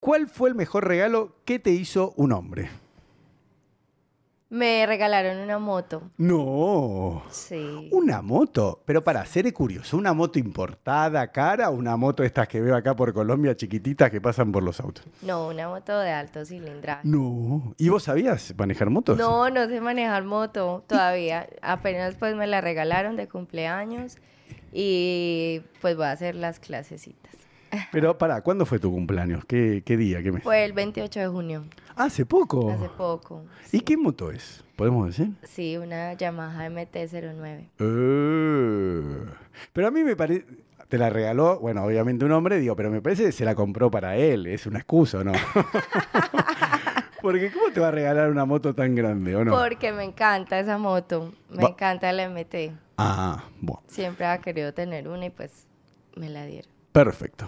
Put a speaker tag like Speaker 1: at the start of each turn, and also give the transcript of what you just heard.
Speaker 1: ¿Cuál fue el mejor regalo que te hizo un hombre?
Speaker 2: Me regalaron una moto.
Speaker 1: No.
Speaker 2: Sí.
Speaker 1: Una moto. Pero para, seré curioso. ¿Una moto importada, cara o una moto estas que veo acá por Colombia, chiquititas que pasan por los autos?
Speaker 2: No, una moto de alto cilindraje.
Speaker 1: No. ¿Y vos sabías manejar motos?
Speaker 2: No, no sé manejar moto todavía. Apenas pues me la regalaron de cumpleaños y pues voy a hacer las clasecitas.
Speaker 1: Pero para, ¿cuándo fue tu cumpleaños? ¿Qué, qué día? ¿Qué mes?
Speaker 2: Fue el 28 de junio,
Speaker 1: Hace poco.
Speaker 2: hace poco.
Speaker 1: Oh. ¿Y qué moto es? ¿Podemos decir?
Speaker 2: Sí, una Yamaha MT-09.
Speaker 1: Eh. Pero a mí me parece. Te la regaló, bueno, obviamente un hombre, digo, pero me parece que se la compró para él. Es una excusa, ¿o ¿no? Porque, ¿cómo te va a regalar una moto tan grande, o no?
Speaker 2: Porque me encanta esa moto, me
Speaker 1: Va-
Speaker 2: encanta la MT.
Speaker 1: Ah, bueno.
Speaker 2: Siempre ha querido tener una y pues me la dieron.
Speaker 1: Perfecto.